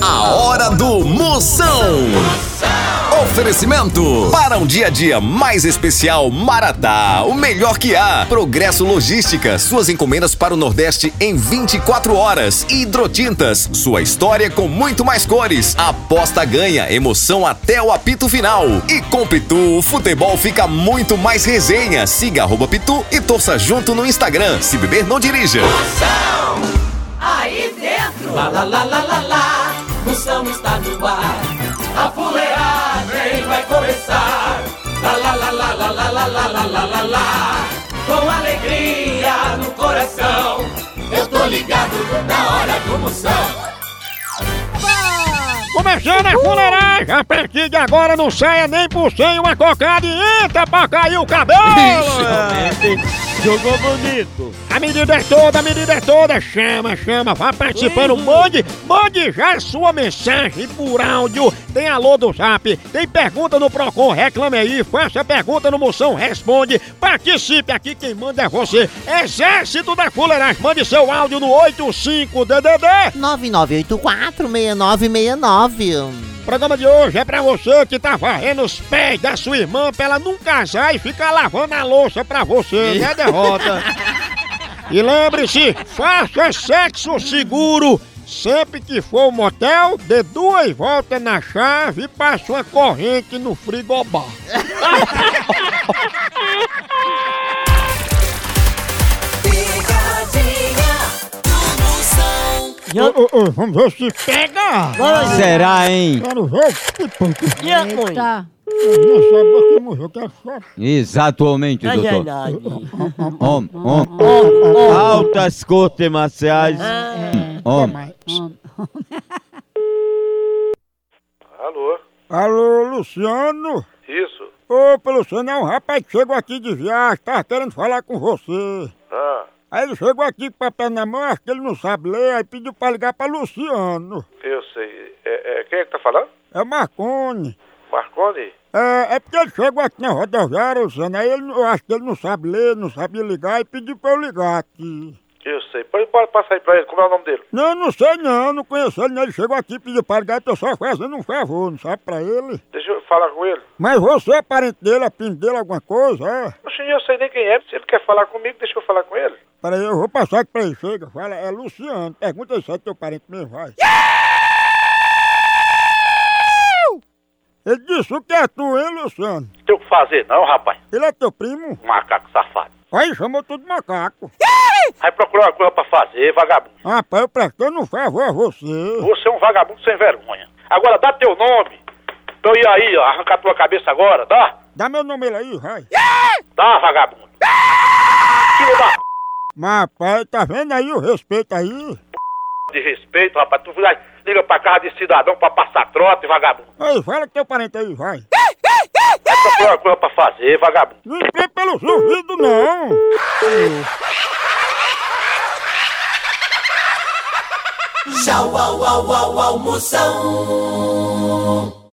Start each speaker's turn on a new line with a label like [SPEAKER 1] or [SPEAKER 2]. [SPEAKER 1] A hora do Moção. Oferecimento para um dia a dia mais especial Maratá, o melhor que há. Progresso Logística, suas encomendas para o Nordeste em 24 horas. Hidrotintas, sua história com muito mais cores. Aposta ganha, emoção até o apito final. E com Pitu, o futebol fica muito mais resenha. Siga arroba Pitu e torça junto no Instagram. Se beber, não dirija.
[SPEAKER 2] Aí dentro, lá lá lá lá lá lá, Moção está no ar. A fuleagem vai começar. Lá lá lá lá lá lá lá lá lá lá lá lá. Com alegria no coração, eu tô ligado na hora do Moção.
[SPEAKER 3] Começando a fuleiragem, a partir de agora não saia nem por sem uma cocada e entra pra cair o cabelo!
[SPEAKER 4] é um Jogou bonito.
[SPEAKER 3] a medida é toda, a medida é toda, chama, chama, vá participando,
[SPEAKER 4] Uhum.
[SPEAKER 3] mande, mande já sua mensagem por áudio, tem alô do zap, tem pergunta no Procon, reclame aí, faça pergunta no Moção, responde, participe aqui, quem manda é você, Exército da Fuleiragem, mande seu áudio no 85DDD
[SPEAKER 5] 99846969.
[SPEAKER 3] O programa de hoje é pra você que tá varrendo os pés da sua irmã pra ela não casar e ficar lavando a louça pra você, né, derrota? e lembre-se, faça sexo seguro. Sempre que for um motel, dê duas voltas na chave e passe uma corrente no frigobar.
[SPEAKER 2] Picadinha do Moção.
[SPEAKER 3] Ô, ô, ô, vamos ver se pega!
[SPEAKER 4] Será, hein?
[SPEAKER 3] Quero ver se pipoca.
[SPEAKER 6] E a mãe?
[SPEAKER 3] Não sabe que é morreu, quero chorar.
[SPEAKER 4] Exatamente,
[SPEAKER 6] Ai, ai,
[SPEAKER 4] doutor.
[SPEAKER 6] ai.
[SPEAKER 4] Om, om. Altas cortes marciais. Om.
[SPEAKER 7] Alô?
[SPEAKER 3] Alô, Luciano?
[SPEAKER 7] Isso?
[SPEAKER 3] Ô, pelo Luciano, é um rapaz que chegou aqui de viagem, tava querendo falar com você.
[SPEAKER 7] Ah,
[SPEAKER 3] Aí ele chegou aqui com papel na mão, acho que ele não sabe ler, aí pediu pra ligar pra Luciano.
[SPEAKER 7] eu sei. É, é, quem é que tá falando?
[SPEAKER 3] É Marconi.
[SPEAKER 7] Marconi?
[SPEAKER 3] É, é porque ele chegou aqui na rodoviária, Luciano, aí ele, não- eu acho que ele não sabe ler, não sabe ligar, e pediu pra eu ligar aqui.
[SPEAKER 7] Eu sei. Pode, pode passar aí pra ele. Como é o nome dele?
[SPEAKER 3] Não, não sei não, não conheço ele, não. ele chegou aqui e pediu pra ligar, eu tô só fazendo um favor, não sabe pra ele.
[SPEAKER 7] Deixa eu falar com ele.
[SPEAKER 3] Mas você é parente dele, é primo dele, alguma coisa, é?
[SPEAKER 7] Oxe, eu sei nem quem é. Se ele quer falar comigo, deixa eu falar com ele.
[SPEAKER 3] Peraí, eu vou passar aqui pra ele. Chega, fala, é Luciano. Pergunta se é teu parente mesmo, vai. Ele disse o que é tu, hein, Luciano?
[SPEAKER 7] Tem o que fazer, não, rapaz?
[SPEAKER 3] Ele é teu primo?
[SPEAKER 7] Macaco safado.
[SPEAKER 3] Aí chamou tu de macaco.
[SPEAKER 7] Vai procurar uma coisa pra fazer, vagabundo.
[SPEAKER 3] Rapaz, eu prestando um favor a você.
[SPEAKER 7] Você é um vagabundo sem vergonha. Agora dá teu nome. Então e aí, ó, arrancar tua cabeça agora, dá?
[SPEAKER 3] Dá meu nome ele aí, vai.
[SPEAKER 7] Dá, vagabundo. Filho da p...
[SPEAKER 3] Mas, rapaz, tá vendo aí o respeito aí?
[SPEAKER 7] de respeito, rapaz. Tu vai- liga pra casa de cidadão pra passar trote, vagabundo.
[SPEAKER 3] Aí, fala teu parente aí, vai.
[SPEAKER 7] Vai procurar uma coisa pra fazer, vagabundo.
[SPEAKER 3] Não entra pelo ouvidos, não.
[SPEAKER 2] Tchau, au, au, au, au, Moção.